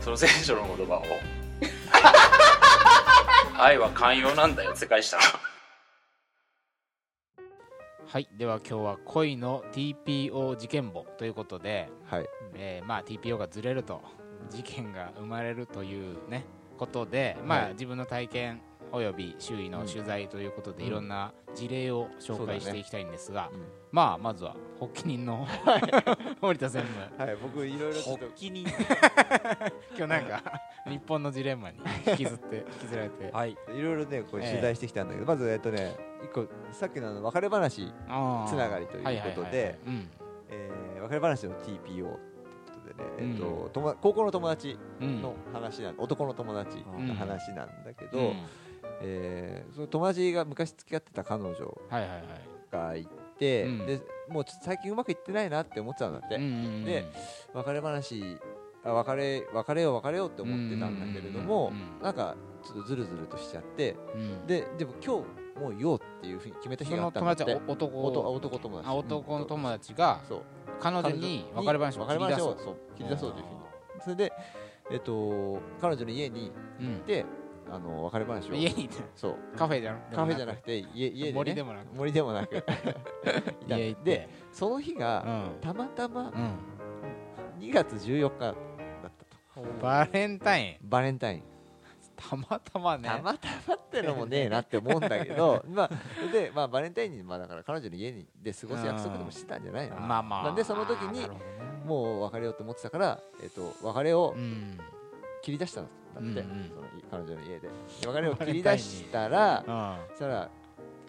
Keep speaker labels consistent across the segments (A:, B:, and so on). A: その聖書の言葉 を愛は寛容なんだよ世界史の
B: はいでは今日は恋の TPO 事件簿ということで、
C: はい
B: えーまあ TPO がずれると事件が生まれるというねことで、まあ
C: はい
B: 自分の体験および周囲の取材ということで、
C: うん
B: いろんな事例を紹介し
C: そうだ
B: て
C: ね
B: いきたいんですが、
C: うん
B: まあまずは発起人の 森田専務
C: はい僕いろいろちょっと
D: 発起人
B: 今日なんか日本のジレンマに引きずって引きずられて
D: はい
C: いろいろねこう
B: ええ
C: 取材してきたんだけど、まずえっとね一個さっきのあの別れ
B: つ
C: 話、つながりということで
B: うん
C: えー別れ話の TPO ってことでね、えっと
B: う
C: 友達高校の友達
B: うん
C: の話なん、男の友達の話なんだけど、
B: うん
C: えーその友達が昔付き合ってた彼女
B: はいはいはい
C: がいて、
B: うん
C: でもうちょっと最近うまくいってないなって思ってたんだって、
B: うんうんうん
C: で別れ話あ別れ別れよう別れようって思ってたんだけれども、
B: うんうんうんうん
C: なんかちょっとズルズルとしちゃって
B: うん
C: ででも今日もう言おうっていうふうに決めた日
B: そ
C: があ
B: の
C: ったんだ
B: 友
C: って
B: 達はお男
C: おと男友達
B: あ男の友達が
C: そう
B: 彼女に別れ話を
C: 別れ
B: 切り出
C: 話
B: そ
C: を
B: う
C: そう切り出そうというふうにそれで、えっと彼女の家に行って、あの別れ話を
B: 家にいて
C: そう
B: カフェじゃなくて
C: カフェじゃなくて家家で、ね、
B: 森でもなく
C: 森でも なくいた
B: 家行っ
C: で
B: て
C: その日
B: う
C: が
B: ん
C: たまたま
B: うん
C: 2月14日だったと
B: バレンタイン
C: バレンタイン
B: たまたまね
C: たまたまってのもねえなって思うんだけどまあで、まあ、バレンタインに、まあ、だから彼女の家にで過ごす約束でもしてたんじゃないの
B: まあまあ
C: なんでその時に
B: なるほどね
C: もう別れようと思ってたから、えっと別れを
B: うん
C: 切り出したんだって、
B: うんうん
C: その彼女の家でで別れを切り出したら
B: うん
C: そしたら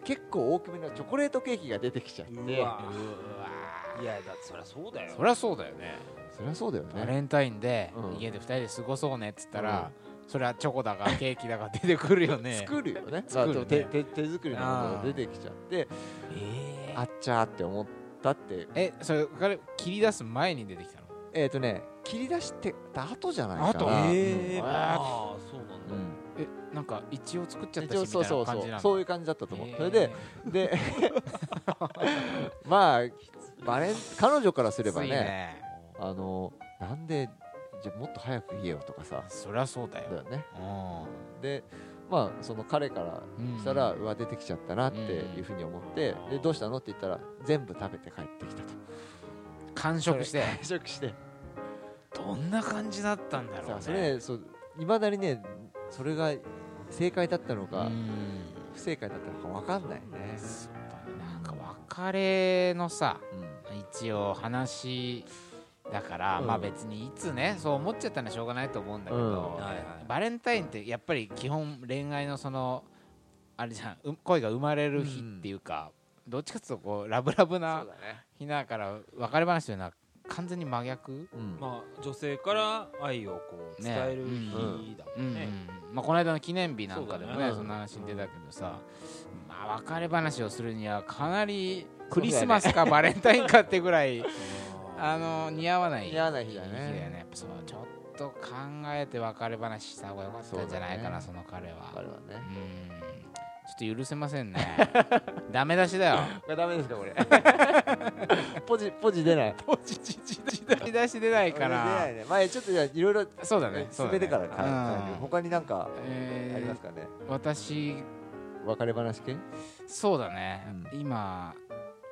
C: 結構大きめのチョコレートケーキが出てきちゃって
D: うわ
B: うわ
D: いやだってそりゃそうだよ
B: そりゃそうだよね
C: そりゃそうだよ
B: バ
C: ね
B: レンタインで
C: うん
B: 家で2人で過ごそうねっつったらそれはチョコだかケーキだか出てくるよ ね
C: 作るよね
B: 作るね
C: まあ手手手作りのものが出てきちゃって
B: えー
C: あっちゃーって思ったって
B: えそれから切り出す前に出てきたの
C: えっ、とね切り出してた後じゃないか
B: 後
C: な
D: ええ
C: うん
D: まあそうなんだ
C: うん
B: えなんか一応作っちゃったし
C: 一応
B: みた
C: そ
B: いう
C: そ
B: な
C: うそ
B: 感じ
C: う
B: なの
C: そういう感じだったと思う、
B: えー
C: それでで まあバレン彼女からすれば
B: きつい
C: ねあのなんでじゃあもっと早く言えよとかさ
B: そりゃそうだよ
C: だよね
B: う
C: でまあその彼から
B: ん
C: したら、
B: う
C: うんわ出てきちゃったなっていうふうに思って、
D: うん
C: でどうしたのって言ったら全部食べて帰って きたと
B: 完食 して
C: 試食して
B: どんな感じだったんだろう
C: さ
B: ね
C: あそれいまだにねそれが正解だったの
B: う
C: か
B: ん
C: 不正解だったのか分かんないね、
B: そうだねなんか別れのさ
C: うん
B: 一応話だから、
C: うん
B: まあ別にいつねそう思っちゃったのはしょうがないと思うんだけど、
C: うん
D: はいはい
B: バレンタインってやっぱり基本恋愛のそのあれじゃんう恋が生まれる日っていうか、どっちかっていうとこうラブラブな
D: そうだね
B: 日だから別れ話というのは完全に真逆、
C: うん
D: まあ女性から愛をこう伝える日だも
B: うんん
D: ね
B: まあ、この間の記念日なんかでも
D: そう
B: ね
D: だ
B: そ
D: ね
B: んな話に出たけどさ、まあ、別れ話をするにはかなりクリスマスかバレンタインかってぐらい。あの似合わない
C: 似合わない日だね
B: やっぱそうちょっと考えて別れ話した方が良かったんじゃないかなそ,、の彼は
C: あれ
B: う
C: はね
B: んちょっと許せませんね ダメ出しだ よ
C: これダメですかこれポジポジ出ない
B: ダメ出し出ないか
C: 出
B: ら
C: ないね前ちょっとじゃあいろいろ
B: そうだねそうだ
C: 滑
B: ね
C: てから考え
B: う
C: る
B: ん
C: 他になんかありま
B: え
C: すかね
B: ー私
C: 別れ話系
B: そうだね、
C: う
B: 今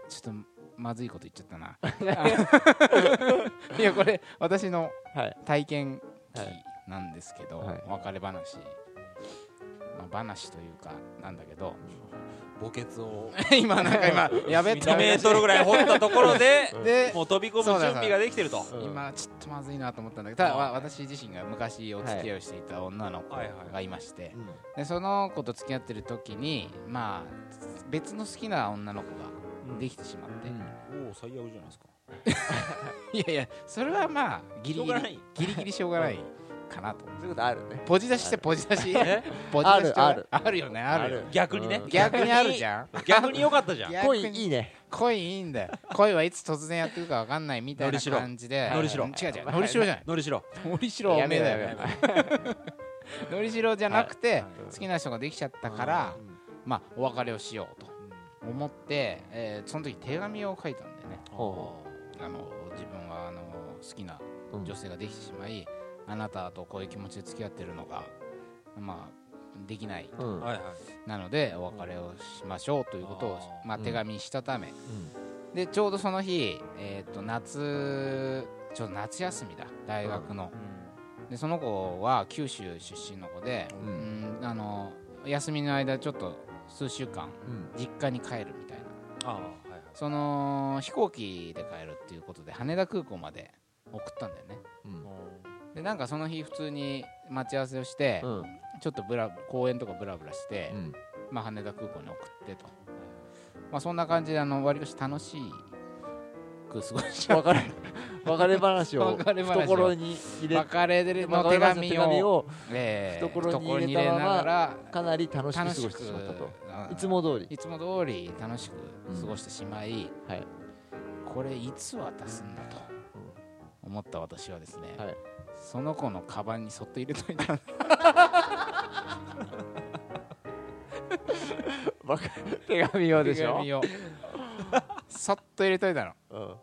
B: ちょっとまずいこと言っちゃったな いやこれ私の
C: はい
B: 体験記
C: はい
B: なんですけど、
C: はい
B: 別れ話、まあ、話というかなんだけど
D: 墓穴を
B: 今なんか今 やべっ
D: 2メートルぐらい掘ったところ で
B: で
D: もう飛び込む準備ができてると
C: うん
B: 今ちょっとまずいなと思ったんだけどただわ私自身が昔お付き合いをしていた女の子
D: はいはい
B: がいましてでその子と付き合ってる時にまあ別の好きな女の子ができてしまって、
D: おお最悪じゃないですか
B: いやいやそれはまあギ
D: しょ
B: リ
D: う
B: ギ
D: が
B: リ
D: ない
B: ギリギリしょうがないかなと
C: そういうことあるね
B: ポジ出ししてポジ出しポジ出し
C: あるある
B: あるよねあるよ
D: 逆にね
C: うん
B: 逆にあるじゃん
D: 逆に良かったじゃん
B: 逆
C: 恋
B: に
C: いいね
B: 恋いいんだよ恋はいつ突然やってるかわかんないみたい
D: の
B: な
D: りしろ
B: 感じで
D: のりしろ
B: うん違う違うのりしろじゃない
D: のりしろ
B: のりしろおめえだよ
C: やめろや
B: のりしろじゃなく
D: は
B: て
D: い
B: 好きな人ができちゃったから
D: うん
B: まあお別れをしようと思ってえーその時手紙を書いたんだよね
C: ほ
B: あの自分はあの好きな
C: うん
B: 女性ができてしまいあなたとこういう気持ちで付き合ってるのがまあできない
C: うん
D: はいはい
B: なのでお別れをしましょうということを
D: あ、ー
B: まあ、
C: うん
B: 手紙にしたため、
C: うん
B: でちょうどその日、えー、と夏ちょうど夏休みだ大学の、でその子は九州出身の子で、
C: う
B: うんあの休みの間ちょっと数週間
C: うん
B: 実家に帰るみたい
D: あ
B: な
D: あはいはい
B: その飛行機で帰るっていうことで羽田空港まで送ったんだよね
C: うん
B: でなんかその日普通に待ち合わせをして、
C: うんうん
B: ちょっとブラ公園とかブラブラして、まあ、羽田空港に送ってと、まあ、そんな感じであの割りかし楽しく過ごしちゃう
C: 別れ 別れ話を
B: 別れ話を
C: 懐に入れ
B: 別れでの
C: 別
B: 手
C: れ話の手
B: 紙
C: 紙
B: を
C: を
B: ええ
C: 懐に入れたまま
B: 懐ら
C: かなり楽しく過
B: 楽
C: ご
B: し
C: し
B: く
C: てしまったと
B: うん
C: いつも通り
B: いつも通り楽しく過ごしてしまい、
C: うんはい
B: これいつ渡すんだと思った私はですね、
C: はい
B: その子のカバンにそっと入れとい たんだ
C: 別れ手紙をでし
B: 手
C: ょ
B: 紙をそっと入れといたの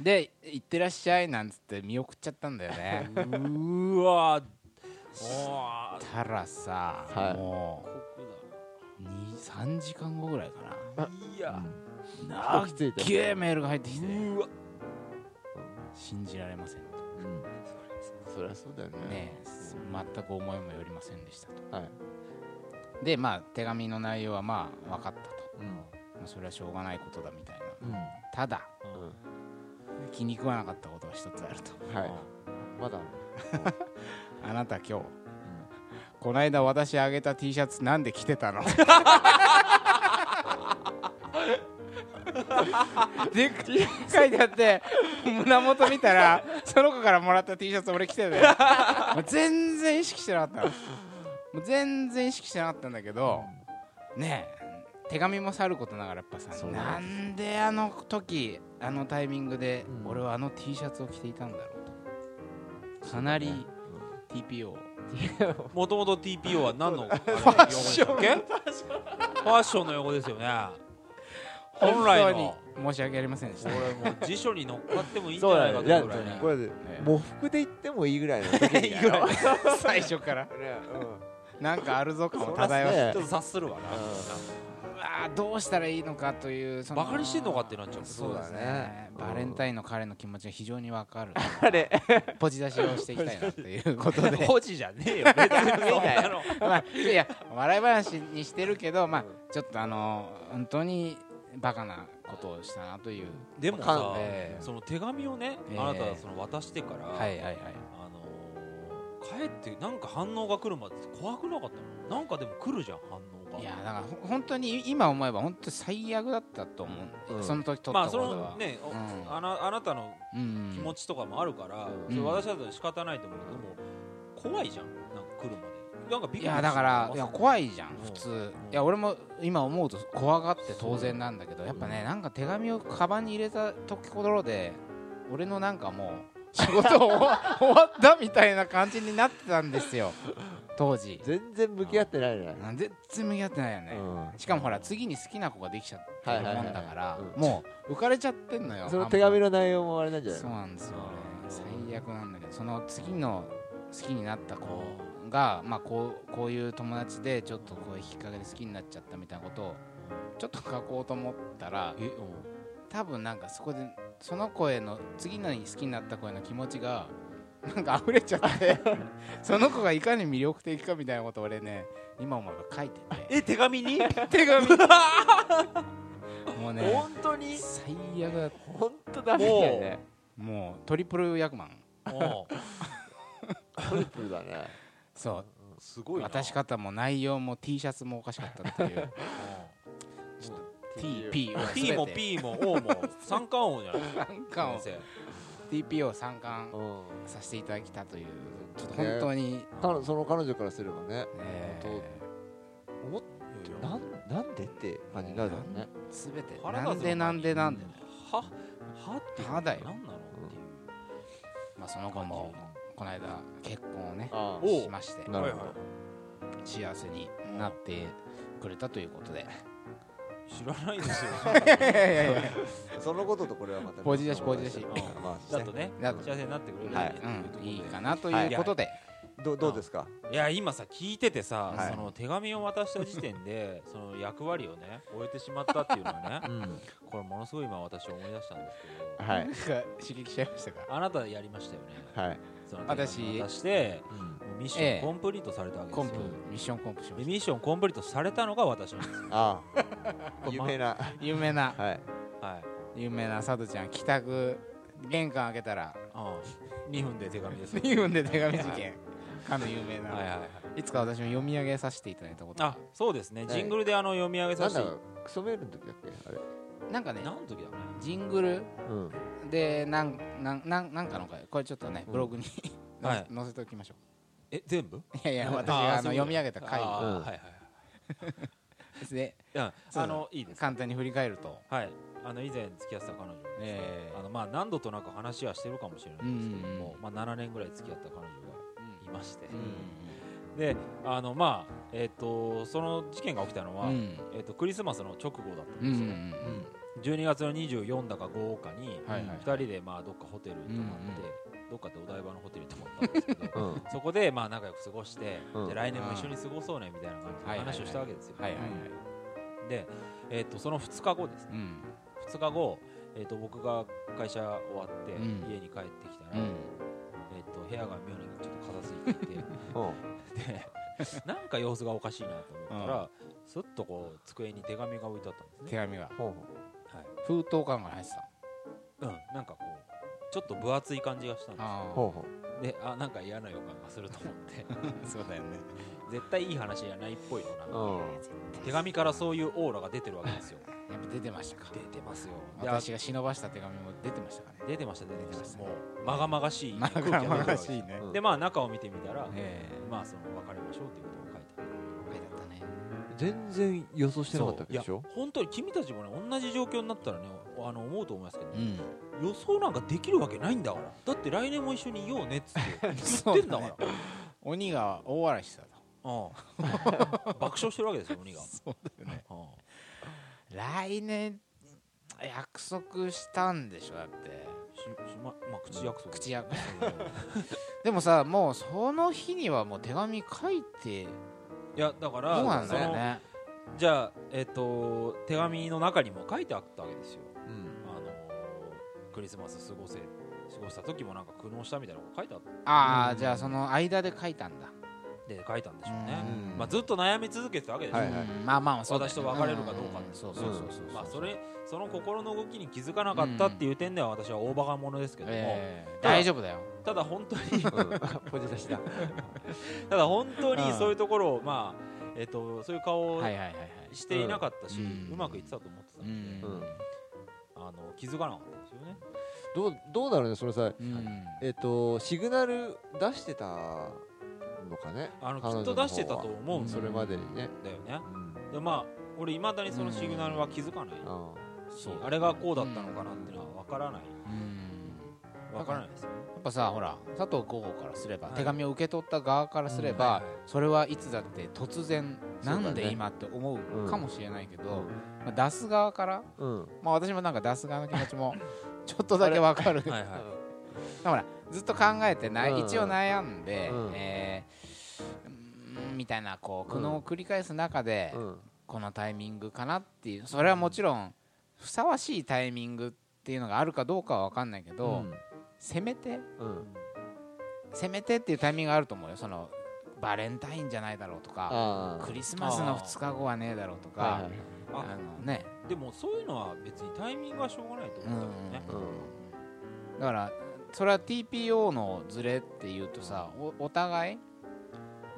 B: で「行ってらっしゃい」なんつって見送っちゃったんだよ ね
D: うーわーおー
B: たらさ、
C: はい
B: も
D: ここ
B: う3時間後ぐらいかな
D: だいや
B: な
C: うん飛行機着いた
B: げえメールが入ってき
D: う
B: て
D: ーわ
B: 信じられませんと
C: うんそりゃそうだよね
B: ねえす全く思いもよりませんでしたと
C: はい
B: でまあ手紙の内容はまあ分かったと、
C: うん
B: まあ、それはしょうがないことだみたいな
C: うん
B: ただ
C: うん
B: 気に食わなかったことが一つあると
C: はいまだ
B: あなた今日こないだ私あげた T シャツなんで着てたの で書いてあって胸元見たらその子からもらった T シャツ俺着てたよもう全然意識してなかったのもう全然意識してなかったんだけどねえ手紙もさることながらやっぱさ
C: そうな
B: なんんであの時あのタイミングで
C: うん
B: 俺はあの T シャツを着ていたんだろうとかなり TPO
D: もともと TPO は何の ファッションだっけファッションの用語ですよね本来の
B: 当に申し訳ありませんでし
D: こ
B: た
D: れもう辞書に乗っかってもいいんじ
C: そ
D: ゃな
C: うだ
D: いかっ
C: よい
D: て
C: や
D: ぐらいね
C: これで
B: ええ
C: 喪服で行ってもいいぐらいの時期だよね
B: 最初から
C: うん
B: なんかあるぞ感を
C: そら
B: 漂
C: そう
B: う
C: だ
B: わ
C: よ
D: ちょっと察するわな
B: あどうしたらいいのかというその
D: バカにしてんのかってなっちゃう
B: そうです
C: そうだ
B: ね
C: ね
B: バレンタインの彼の気持ちが非常にわかる あれポジ出しをしていきたいなということ で
D: 保持じゃね えよ別にそんなの
B: まあ、いやいや笑い話にしてるけど、まあ、ちょっとあの本当にバカなことをしたなという、
D: でも
C: わか
D: さ
C: ん
B: ええ
D: その手紙をね
B: ええ
D: あなたはその渡してから
B: はいはいはい
D: あのー帰ってなんか反応が来るまで怖くなかったのなんかでも来るじゃん反応が
B: いやだからほ本当に今思えば本当に最悪だったと思う、
C: うん
B: その時取
D: ま
B: っ
D: あ
B: たこ
D: そ
B: とは、
D: のねお
B: うん
D: あなあなたの
B: うん
D: 気持ちとかもあるから、
C: うん
D: それ私だったら仕方ないと思うけど、でも怖いじゃんなんか来るまでなんかびっくり
B: いやだからいや怖
D: い
B: いじゃん
D: うん
B: 普通いや俺も今思うと怖がって当然なんだけどやっぱねなんか手紙をカバンに入れた時ころで俺のなんかもう仕事終わ終わったみたいな感じになってたんです よ当時
C: 全然向き合ってないじゃない
B: うん全然向き合ってないよねしかもほら次に好きな子ができちゃってるもんだから
C: はいはいはいはいうん
B: もう浮かれちゃってんのよ
C: その手紙
B: の
C: の内容もあれなんじゃない
B: そう
C: の
B: なんですよね最悪なんだけどその次の好きになった子が、まあ、こうこういう友達でちょっとこういうきっかけで好きになっちゃったみたいなことをちょっと書こうと思ったら
D: え
B: 多分なんかそこでその子への次の好きになった子への気持ちがなんか溢れちゃって その子がいかに魅力的かみたいなことを俺ね今思えば書いてて
D: え手紙に
B: 手紙もうね
C: 本当に
B: 最悪だ
C: 本当ダメだよね
B: もうトリプル役満
D: おう
C: トリプルだね
B: そう
D: すごいな
B: 渡し方も内容も T シャツもおかしかったっ ていうちょっと TP を
D: P も P も O も三冠王じゃない
B: 三冠を
D: 先
B: TP を三冠
C: うん
B: させていただきたというちょっと本当に、
C: 彼その彼女からすればね
B: え
C: 本思っ
D: 生いやいや
C: なんなんでって感じになるだろうね
B: すべて
D: 腹
B: な
D: 立つ
B: んでなんでなんで、
D: ははって
B: はだよ
D: なんなのっていう
B: まあ、その子もこの間結婚をね
C: あ
D: おう
B: しまして
C: あなるほ
D: はいはい
B: 幸せになってくれたということで
D: 知らないですよ
B: いやいやいや
C: そのこととこれはまた
B: ポジ出しポジ出し
C: まあ
D: だとね
B: だ
D: 幸
B: と
D: せになってくれるんで
C: はい
D: と
B: う
D: いうんことで
B: いいかなということで
C: どどうですか
D: いや今さ聞いててさ、
C: はい
D: その手紙を渡した時点 でその役割をね終えてしまったっていうのはね
C: うん
D: これものすごい今私思い出したんですけど
C: は
B: な
C: い
B: んか刺激しちゃいましたか
D: あなたやりましたよね
C: はい
D: その
B: 私
D: 手紙を渡して
C: うん
D: もうミッションコンプリートされたわけです
B: コ
D: よ
B: ンプミッションコンプしま
D: で
B: し
D: ミッションコンプリートされたのが私なんですよ
C: ああ有名な
B: た有名な
C: はい
D: はい
B: 有名な佐藤ちゃん帰宅玄関開け たら
D: うん2分で手紙ですよ
B: 2分で手紙事件 かの有
D: はいは
B: 名
D: い
B: な
D: はい
B: いつか私も読み上げさせていただいたことが
D: あそうですね
C: い
D: ジングルであの読み上げ
C: な
D: さ
C: ん
D: せて
C: だクソメールの時だっけあれ
B: なんかね
D: 何の時だろうね
B: ジングル
C: うん
B: でなんなんなんなんかの回これちょっとね
C: うん
B: ブログに
D: は
B: 載
D: い
B: せ 載せておきましょ
D: え全部
B: ういやいや私
D: あー
B: があ
D: そ
B: の
D: ういうこと
B: 読み上げた
D: あ
B: 回
D: ー
C: う
D: は
C: ん
D: いはい
B: ですね
D: はいうん
B: そう
D: あのいいです
B: 簡単に振り返ると
D: はいあの以前付き合ってた彼女
B: え
D: あのまあ何度となく話はしてるかもしれないんですけども、
B: う
D: まあ、7年ぐらい付き合った彼女がいまして、
B: う
D: であのまあえっ、とその事件が起きたのは、
B: んうん
D: えっとクリスマスの直後だったん
B: うんう
D: で
B: ん
D: す
B: う
D: よ、
B: ん
D: 12月の24だか5かに
B: はいはい
D: 2人でまあどっかホテルに泊まって、どっかってお台場のホテルに泊まったんですけ
C: う
D: ど、
C: ん
D: そこでまあ仲良く過ごして、
C: うん
D: で来年も一緒に過ごそうねみたいな感じで話をしたわけですよ、
B: はいはいはい
D: で、えっとその2日後ですね
B: うん
D: 2日後、えっと僕が会社終わって
B: うん
D: 家に帰ってきたら、
B: うん
D: えっと部屋が妙にちょっと片付いていて
C: うん
D: でなんか様子がおかしいなと思ったら、すっとこう机に手紙が置いてあったんです
B: 手
D: ね、
B: 紙が
C: ほう
D: はい
B: 封筒感が入ってた
D: うん、なんかこうちょっと分厚い感じがしたんですよ
B: あ
C: ほうほ
D: であなんか嫌な予感がすると思って
B: そうだよね
D: 絶対いい話じゃないっぽいよ
C: う
D: な
C: ほう
D: 手紙からそういうオーラが出てるわけですよ
B: やっぱ出てましたか
D: 出てますよであ
B: 私が忍ばした手紙も出てましたかね
D: 出てました出てま
B: 出てま
D: し
B: したた
D: も
B: ね
D: うまがまがしい
B: ま
D: 空気が
B: がま
D: 出てるわ
B: が
D: け
B: しいね
C: うん
D: でまあ中を見てみたら、
B: え
D: まあその別れましょうっていうことが書いてある
B: え書いてあったね
C: 全然予想してなかったわけでし
D: そう
C: ょ
D: いや本当に君たちもね同じ状況になったらねあの思うと思いますけど、
B: うん
D: 予想なんかできるわけないんだからだって来年も一緒にいようねっつって言ってんだからう、
B: 鬼が大笑いしてたと
D: ん、 爆笑してるわけですよ鬼が、
B: そうだよね
D: うん
B: 来年約束したんでしょだって
D: ししままあ、口約束
B: 口約束でもさもうその日にはもう手紙書いて
D: いやだか
B: そうな
D: ら
B: んだよね
D: そのじゃあえっ、と手紙の中にも書いてあったわけですよ
C: うん
D: あのークリスマス過ごせ過ごした時もなんか苦悩したみたいなこと書いてあっ
B: ああじゃあその間で書いたんだ
D: て書いたんでしょうね、
C: うん
D: まあ、ずっと悩み続けてたわけですよ、
C: はいはい
B: うんまあまあそうだよ
D: 私
B: ね
D: と別れるかどうか
B: んんんそうそうそうそう
D: まあ、それその心の動きに気づかなかったっていう点では私は大バカ者ですけども、
B: ええ
D: ただ
B: 大丈夫だよ
D: ただ本当 に
C: ポジ出しだ
D: ただ本当
B: う
D: に
B: ん
D: そういうところを、まあえっとそういう顔を
B: はいはいはいはい
D: していなかったし、
B: うん
D: うまくいってたと思ってた
B: うん
D: で、
B: ん
D: あの気づかなかったんですよね
C: どうどうなるねそれさ
B: うん
C: えっとシグナル出してたのかね
D: あの
C: 彼
D: き
C: 女
D: っ
C: の
D: と
C: 方は
D: 出してたと思うん
B: ん
D: だ
C: それまでにね
D: よね
C: う、ん
D: でまあ俺いまだにそのシグナルは気づかない
C: あ
D: し、あれがこうだったのかなっていうのは分からない
B: うん
D: 分からないですよね
B: やっぱさほら佐藤候補からすれば、
D: はい
B: 手紙を受け取った側からすれば、
D: うんはいはい
B: それはいつだって突然
C: そうだ
B: な
C: ね
B: んで今って思
C: う
B: うんかもしれないけど、
C: あ
B: まあ、出す側から、
C: うんうん
B: まあ、私もなんか出す側の気持ちもちょっとだけわかる
D: はいはい
B: ほらずっと考えてない、
C: うん
B: 一応悩んで、
C: うん
B: えーうーんみたいなこう苦悩を繰り返す中で、
C: うん
B: このタイミングかなっていうそれはもちろんふさわしいタイミングっていうのがあるかどうかは分かんないけど、せめて
C: うんうん
B: せめてっていうタイミングがあると思うよそのバレンタインじゃないだろうとか
C: あ
B: クリスマスの
D: あー
B: 2日後はねえだろうと
C: あはい
B: か
C: はい
D: あ
B: あのね
D: でもそういうのは別にタイミングはしょうがないと思うんだけどね、
C: うん
B: だからそれは TPO のズレっていうとさおお互い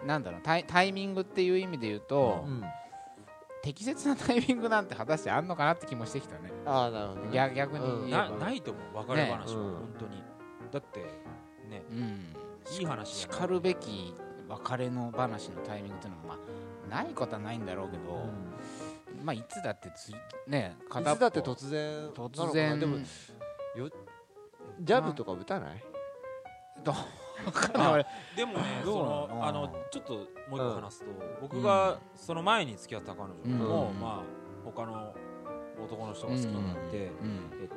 B: なんだろうタイタイミングっていう意味で言うと、
C: うん
B: 適切なタイミングなんて果たしてあんのかなって気もしてきたね
C: ああなるほどね
B: 逆逆に
C: う
B: 言
C: ん
B: えば
D: なないと思う別れ話は、
C: ねうん
D: 本当にだってね
B: うん
D: いい話
B: し
D: じゃない
B: かるべき別れの話のタイミングっていうのはまあないことはないんだろうけど、
C: うん
B: まあいつだってつね
C: い
B: 片っぽ
C: つだって突然なのかな
B: 突然
C: でもジャブとか打たない
D: あでもねそ
B: どうなの
D: のあのちょっともう一個話すと、僕がその前に付き合った彼女も、
B: うん
D: まあ他の男の人が好きになって、
B: うん
D: えっと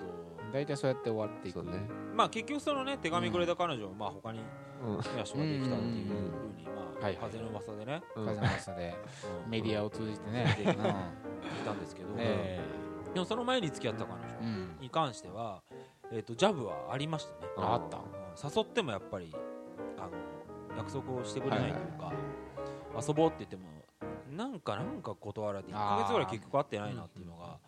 B: 大体そうやって終わっていく
C: そうね
D: まあ結局そのね手紙くれた彼女もまあ他に
C: うん
D: 好きな人ができたっていう
C: うん
D: ふうにま
B: は
D: あ
B: いはい
D: 風の噂でね、
C: うん
B: 風間さ んで
D: うん
B: メディアを通じてね
D: で聞いたんですけど、
B: うんえ
D: でもその前に付き合った彼
B: え
D: 女
B: うん
D: に関しては、えっとジャブはありましたね、
B: あった
D: うん誘ってもやっぱりあの約束をしてくれないというか、遊ぼうって言ってもなんかなんか断られて1
B: あー
D: か月ぐらい結局会ってないなっていうのが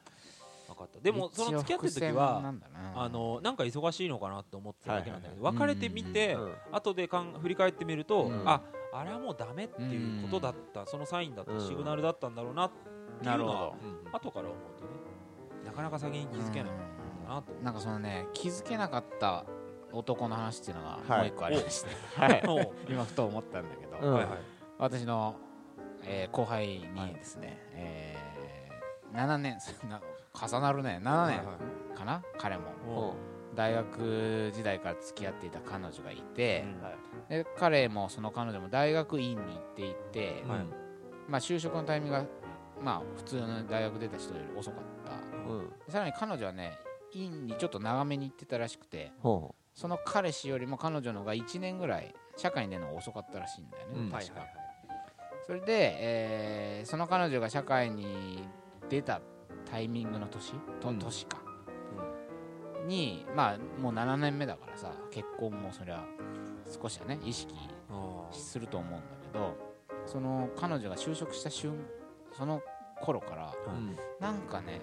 D: 分かったでもその付き合ってる時
B: 一応伏線な
D: は
B: んだな
D: あのなんか忙しいのかなって思ってただけなんだけど
B: はいはい
D: 別れてみて
C: うん
D: 後でかん振り返ってみると
C: うん
D: ああれはもうダメっていうことだったそのサインだっ
C: う
D: た
C: ん
D: シグナルだったんだろうなっていう
B: なる
D: の
B: ほ
D: は
B: ど
C: うん
D: 後から思うとねなかなか先に気づけないんだなと
B: うんなんかそのね気づけなかった男の話っていうのが
C: は
B: も
C: いう
B: 一個ありまして、
C: はい
D: おう
B: 今ふと思ったんだけど、
C: うん
D: はいはい
B: 私の、えー後輩にですね、えー7年 そんな重なるね7
D: はい
B: 年
D: はい
B: かな、彼も
D: おう
B: 大学時代から付き合っていた彼女がいて、
D: うん
C: はい
B: で彼もその彼女も大学院に行っていて、
D: はい
B: まあ、就職のタイミングが、まあ、普通の大学出た人より遅かった
C: うんうん
B: さらに彼女はね院にちょっと長めに行ってたらしくて
C: ほ
B: その彼氏よりも彼女の方が1年ぐらい社会に出るのが遅かったらしいんだよね、
C: うん
D: はい
B: 確か、
D: はいはい
B: それで、えーその彼女が社会に出たタイミングの年と、
C: うん
B: 年か、にまあもう7年目だからさ結婚もそりゃ少しはね意識
D: あー
B: すると思うんだけどその彼女が就職した瞬その頃から
C: ううん
B: なんかね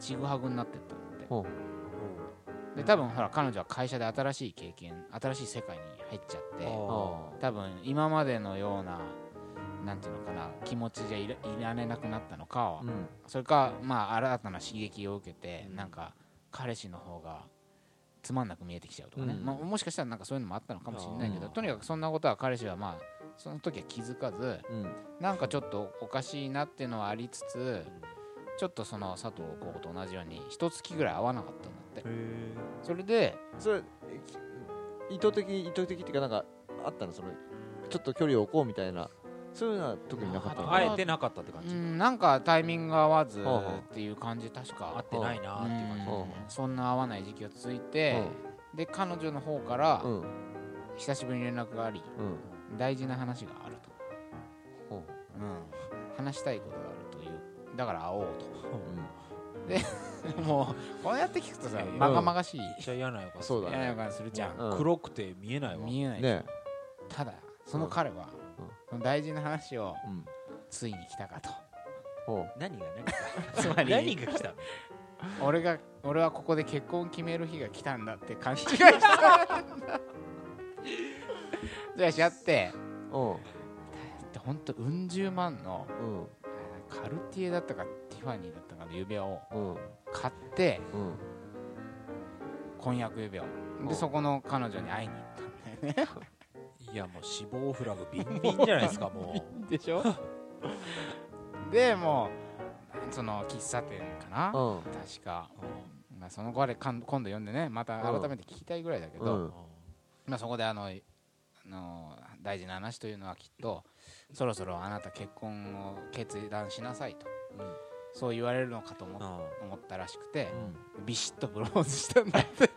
B: ちぐはぐになってったんだって
C: ほう
B: で多分ほら彼女は会社で新しい経験新しい世界に入っちゃって
D: あ
C: あ
B: 多分今までのようななんていうのかな気持ちじゃいらいられなくなったのか、
C: ーうん
B: それかまあ新たな刺激を受けて、なんか彼氏の方がつまんなく見えてきちゃうとかね、
C: うん
B: まあ、もしかしたらなんかそういうのもあったのかもしれないけど
D: あー
B: とにかくそんなことは彼氏はまあその時は気づかず
C: うん
B: なんかちょっとおかしいなっていうのはありつつちょっとその佐藤候補と同じように一月ぐらい会わなかったんだっ
D: ー
B: て
D: へ
B: それで
C: それえき意図的意図的っていうかなんかあったのそのちょっと距離を置こうみたいなそういうのは特になかった
D: ー
C: の
B: あ
D: 会えてなかったって感
B: う
D: じ
B: んなんかタイミングが合わず
C: はあはあ
B: っていう感じ確か
D: 会ってないなーっていう感じ
B: うん
C: はあ
B: そんな合わない時期が続いてで彼女の方から
C: うんうん
B: 久しぶりに連絡があり
C: うん
B: 大事な話があると。
C: ほ
B: うん、話したいことがあるというだから会おう
C: ううん
B: と もうこうやって聞くとさまがまがしい
D: めっちゃ嫌な予感する
C: そうだね
B: 嫌な予感するじゃん、
C: うん
D: 黒くて見えないわ
B: 見えない、
C: ね
B: ただその彼は、
C: うん
B: その大事な話を
C: うん
B: ついに来たかと
C: ほう
D: 何が
B: つま
D: 何が何
B: り
D: が来たの
B: 俺が俺はここで結婚を決める日が来たんだって勘違いした じゃあしちゃって
C: うん
B: ほんとうん十万の
C: うん
B: カルティエだったかティファニーだったかの指輪を
C: うん
B: 買って
C: うん
B: 婚約指輪を
C: うん
B: でそこの彼女に会いに行ったんだよね
D: いやもう死亡フラグビンビンじゃないですかも
B: でしょでもうその喫茶店かな
C: うん
B: 確か、まあ、その彼かん今度呼んでねまた改めて聞きたいぐらいだけど、
C: うん
D: う
B: まあ、そこであのあの大事な話というのはきっとそろそろあなた結婚を決断しなさいと、
D: うん
B: そう言われるのかと思
D: うんうん
B: 思ったらしくて
C: う、ん
B: ビシッとプロポーズしたんだって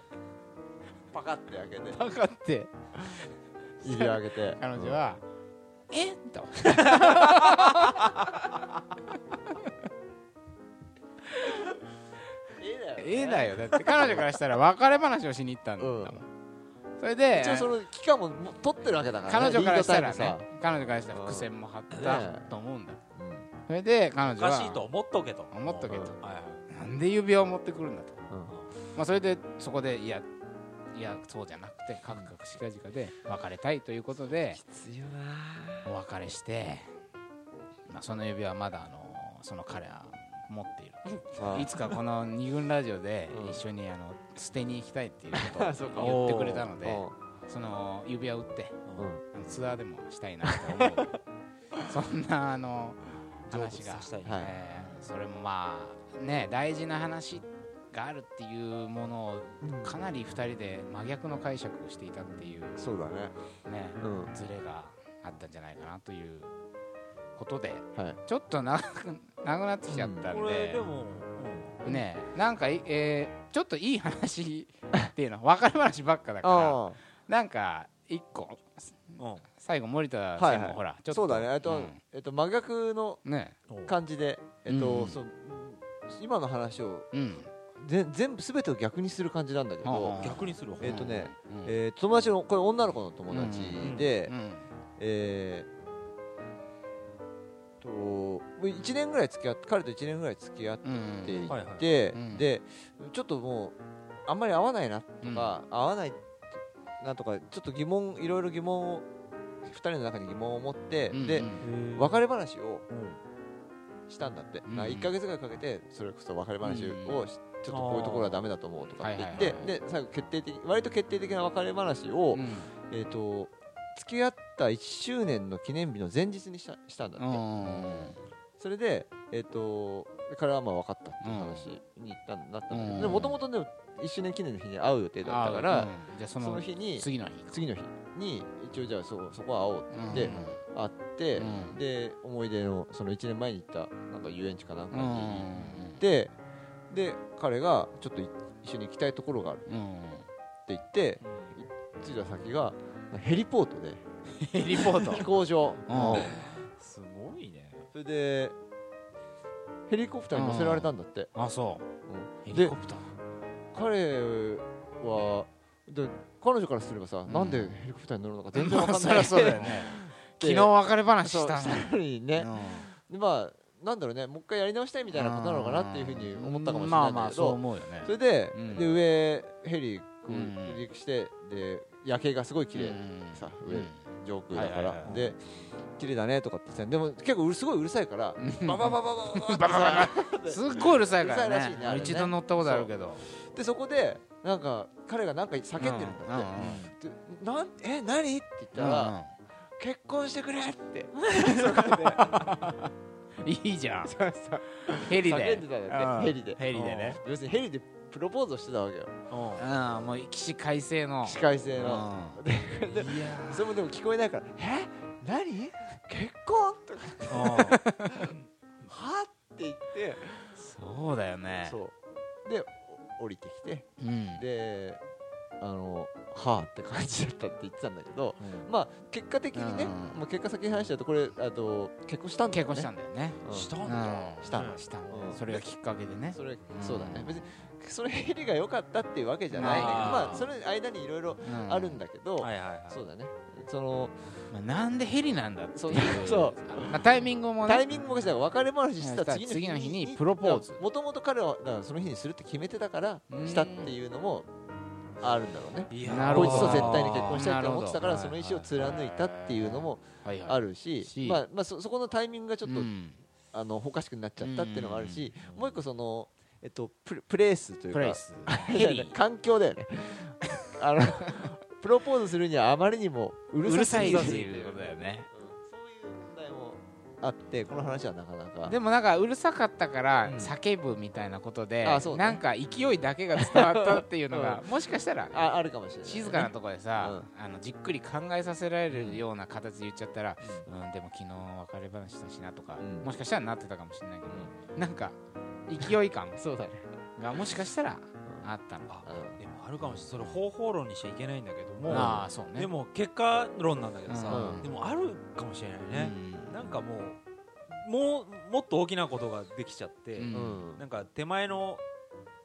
C: パカって開けて
B: 分かって
C: 指上げて
B: 彼女は「えっ?」と
C: えだ
B: え えだよだって彼女からしたら別れ話をしに行ったんだもん、
C: うん
B: それで
C: 一応その期間もも取ってるわけだから
B: 彼
C: ね
B: 女からしたら
C: リードタイ
B: ね
C: ム
B: 彼女からしたら伏線も張ったと思うんだ、
C: さうん
B: それで彼
D: お
B: 女
D: かしいと
B: は
D: 思っとけと
B: 思っとけと
D: うんはいはい
B: なんで指輪を持ってくるんだと、
C: うん
B: まあ、それでそこでいやいやそうじゃなくてカクカクしかじかで別れたいということで
C: 強いな
B: お別れして、まあ、その指輪はまだあのその彼は持っている
C: あ
B: いつかこの二軍ラジオで
C: うん
B: 一緒にあの捨てに行きたいっていう
C: あ
B: こ
C: そう
B: と
C: か
B: を言ってくれたの
C: う
B: で
C: ん
B: その指輪を売って
C: うん
B: あのツアーでもしたい なと思うそんなあの
D: うん
B: 話
D: 成仏
B: が
D: さ、せたいね
C: はい
B: えーそれもまあね大事な話があるっていうものをかなり2人で真逆の解釈をしていたっていう
C: そうだね
B: ね
C: うん
B: ズレがあったんじゃないかなということで
C: はい
B: ちょっと長くなくなってきちゃったんで、
D: これでも、
B: ねえなんかい、えーちょっといい話っていうのは別れ話ばっかだから
C: あ
B: なんか一個
D: うんうん
B: 最後森田
C: はい
B: 専
C: はい
B: 務ほらちょ
C: あ
B: っと
C: そうだねえっと、
B: ん
C: えっと真逆の
B: ね
C: 感じでえっ
B: うんう
C: と、
B: ん
C: そう今の話を
B: えうん
C: ぜ全部全てを逆にする感じなんだけど、
B: はあはあ
D: 逆にする方
C: えっとね
B: うん
C: えー友達のこれ女の子の友達で、
B: うん
C: えーともう1年ぐらい付き合って彼と1年ぐらい付き合っ
B: うん
C: てい
D: はいは
C: て、
B: うん
C: でちょっともうあんまり合わないなとか、合わないなとかちょっと疑問いろいろ疑問を2人の中に疑問を持って、
B: うん
C: で
B: うん
C: 別れ話をしたんだって、
B: うん
C: な1か月ぐらいかけてそれこそ別れ話をし、ちょっとこういうところはダメだと思うとかって言って、
B: はいはいはい
C: で最後決定的割と決定的な別れ話を、
B: うん
C: えー、と付き合った1周年の記念日の前日にしたしたんだって、
B: うん
C: それで、えー、と彼はまあ分かったっていう話に行ったんだったんだけど、
B: うん
C: でもともとね1周年記念の日に会う予定だったから、
B: あうんじゃあそ
C: そ
B: の
C: の日に
B: 次の日
C: 次の日に一応じゃあそそこは会おう
B: うん
C: で
B: うん
C: 会って、
B: うん
C: で思い出のその1年前に行ったなんか遊園地かなんか
B: う
C: に
B: ん
C: 行って、で彼がちょっとい一緒に行きたいところがあるって
B: うんうん
C: 言って着いた先がヘリポートで
B: ヘリポート
C: 飛行場。
B: うん
D: すごいね
C: それでヘリコプターに乗せられたんだって、
D: あそ
C: うん
D: う
C: で
D: プター
C: 彼はで彼女からすればさ、
B: ん
C: なんでヘリコプターに乗るのか全然わ
B: ま
C: か
B: あ
C: ん
B: そ
C: な
B: り
C: い
B: ゃそうだよね昨日別れ話
C: そう
B: した
C: したのに
B: ね
C: ね、でまあなんだろうねもう一回やり直したいみたいなことなのかなっていうふうに思ったかもしれないん
B: まあま
C: だ
B: あ
C: け
B: そう
C: ど、
B: 思うよね
C: それで,、
B: うん
C: で上ヘリこう
B: うん
C: 離陸して、で夜景がすごい綺麗、さ上上空だから、
D: はいはいはい
C: で綺麗だねとかって言ってでも結構うすごいうるさいから、バババババババ
B: バ
C: バ
B: バババすっごいうるさいから
C: うるさいらし
B: ね
C: いねあれね
B: 一度乗ったことあるけど
C: でそこでなんか彼がなんか叫んでるんだって、
B: うんうんうん
C: でなんえ何って言ったら、結婚してくれって
B: うんいいじゃんヘリ
C: 叫
B: で
C: んでたんだってヘリで
B: ヘリでね
C: 要するにヘリでプロポーズをしてたわけよ
B: うんもう起死回生の
C: 機械性
B: うん
C: のそれもでも聞こえないから「え何結婚?」とか「は?」って言って
B: そうだよね
C: そうで降りてきて
B: うん
C: であの「はあ」って感じだったって言ってたんだけどまあ結果的にね、
B: うん
C: もう結果先に話しちゃうとこれあと結婚したんだよ
B: 結婚
C: ね
B: したんだよね
C: うん
D: したんだ
B: う
C: し
B: ん
C: た
D: うん
B: した
C: うん
B: それがきっかけでね
C: それ
B: ん
C: そうだね別にそれヘリが良かったっていうわけじゃないんだけど
D: あー
C: まあそれ間にいろいろ
B: う
C: あるんだけど、
D: はいはいはい
C: そうだねその
B: まあなんでヘリなんだって
C: そ
B: いうう
C: そう
B: まあタイミングも
C: タイ
B: ね
C: ミングもおかしいだから別れ話した
B: した
C: 次の日
B: 次の日にプロポーズ
C: もともと彼はだからその日にするって決めてたから
B: うん
C: したっていうのもあるんだろうね
D: いや
B: なるほ
C: こい
B: ど
C: つと絶対に結婚したいと思ってたから
D: な
C: そ
D: るほ
C: の
D: ど
C: 意思を貫いたっていうのも
B: はいはい
C: あるし、
B: し
C: まあまあ、そそこのタイミングがちょっと、
B: うん
C: あのおかしくなっちゃったっていうのもあるし、
D: うん
C: もう一個その、えっと、プレプレースという
B: プ
C: か
B: レイス
C: いやいや 環境だ よねあのプロポーズするにはあまりにもう
B: うる
C: る
B: さ
C: さ
B: い
C: い
B: っていうことだよね
C: そういう問題もあってこの話はなかなか
B: でもなんかうるさかったから
C: うん
B: 叫ぶみたいなことで、
C: あそうね
B: なんか勢いだけが伝わったっていうのが、もしかしたら
C: ああるかもしれないね、
B: 静かなとこでさ、あのじっくり考えさせられるような形で言っちゃったら、
C: う
B: うん、でも昨日別れ話したしなとか、
C: うん
B: もしかしたらなってたかもしれないけど、なんか勢い感
C: そうだね、
B: がもしかしたらあったのか
D: あでもあるかもしれないそれ方法論にしちゃいけないんだけども
B: ああそうね
D: でも結果論なんだけどさ、
C: うん
D: でもあるかもしれないね、
B: うん
D: なんかもうもうもっと大きなことができちゃって、
B: うん
C: うん
D: なんか手前の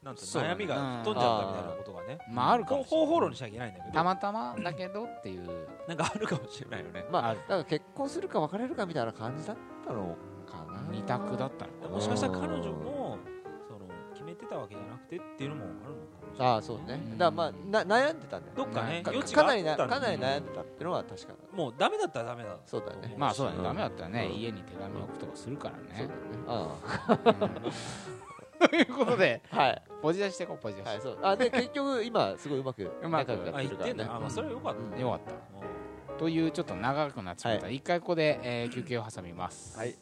D: なんていう
B: そう
D: の
B: だね
D: 悩みが吹っ飛んじゃったみたいなことがね
B: まああるか
D: こう
B: もし
D: 方
B: れない
D: 法論にしちゃいけないんだけど
B: たまたまだけどっていう
D: なんかあるかもしれないよね
C: ま
B: あ
C: あ
B: る
C: だから結婚するか別れるかみたいな感じだったのかな
B: 二択だったの
C: ん
D: もしかしたら彼女もその決めてたわけじゃなくてっていうのもあるのかもしれない
C: ああそうね、
B: うん
C: だからまあな悩んでたんだよ
D: どっかね
C: か
D: 余地
C: か
D: が
C: な
D: あ
C: り
D: っ
C: な
D: た
C: かなり
D: の
C: 悩
D: に
C: んでたっていうのは確かだ、
D: もうダメだったらダメだ
C: そうだね
B: まあそうだね、
C: うん
B: ダメだったらね、
C: うん
B: 家に手紙置くとかするから
C: そう
B: ね
C: だね。あ
B: うんということで、
C: あはい
B: ポジ出してこう、ポジ出
C: は
B: し
C: いそうあで結局今すごいうまく
B: うまく
C: 仲が
D: あ
C: いっ
D: 言
C: て
D: って
C: るから
D: んだ
C: ね
D: よあまあそれはよかった、
C: うん
B: て。よかった。
D: も
B: というちょっと長くなってしまった。
C: は
B: 一回ここで、えー休憩を挟みます。
C: はい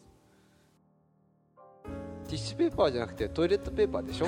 C: ティッシュペーパーじゃなくてトイレットペーパーでしょ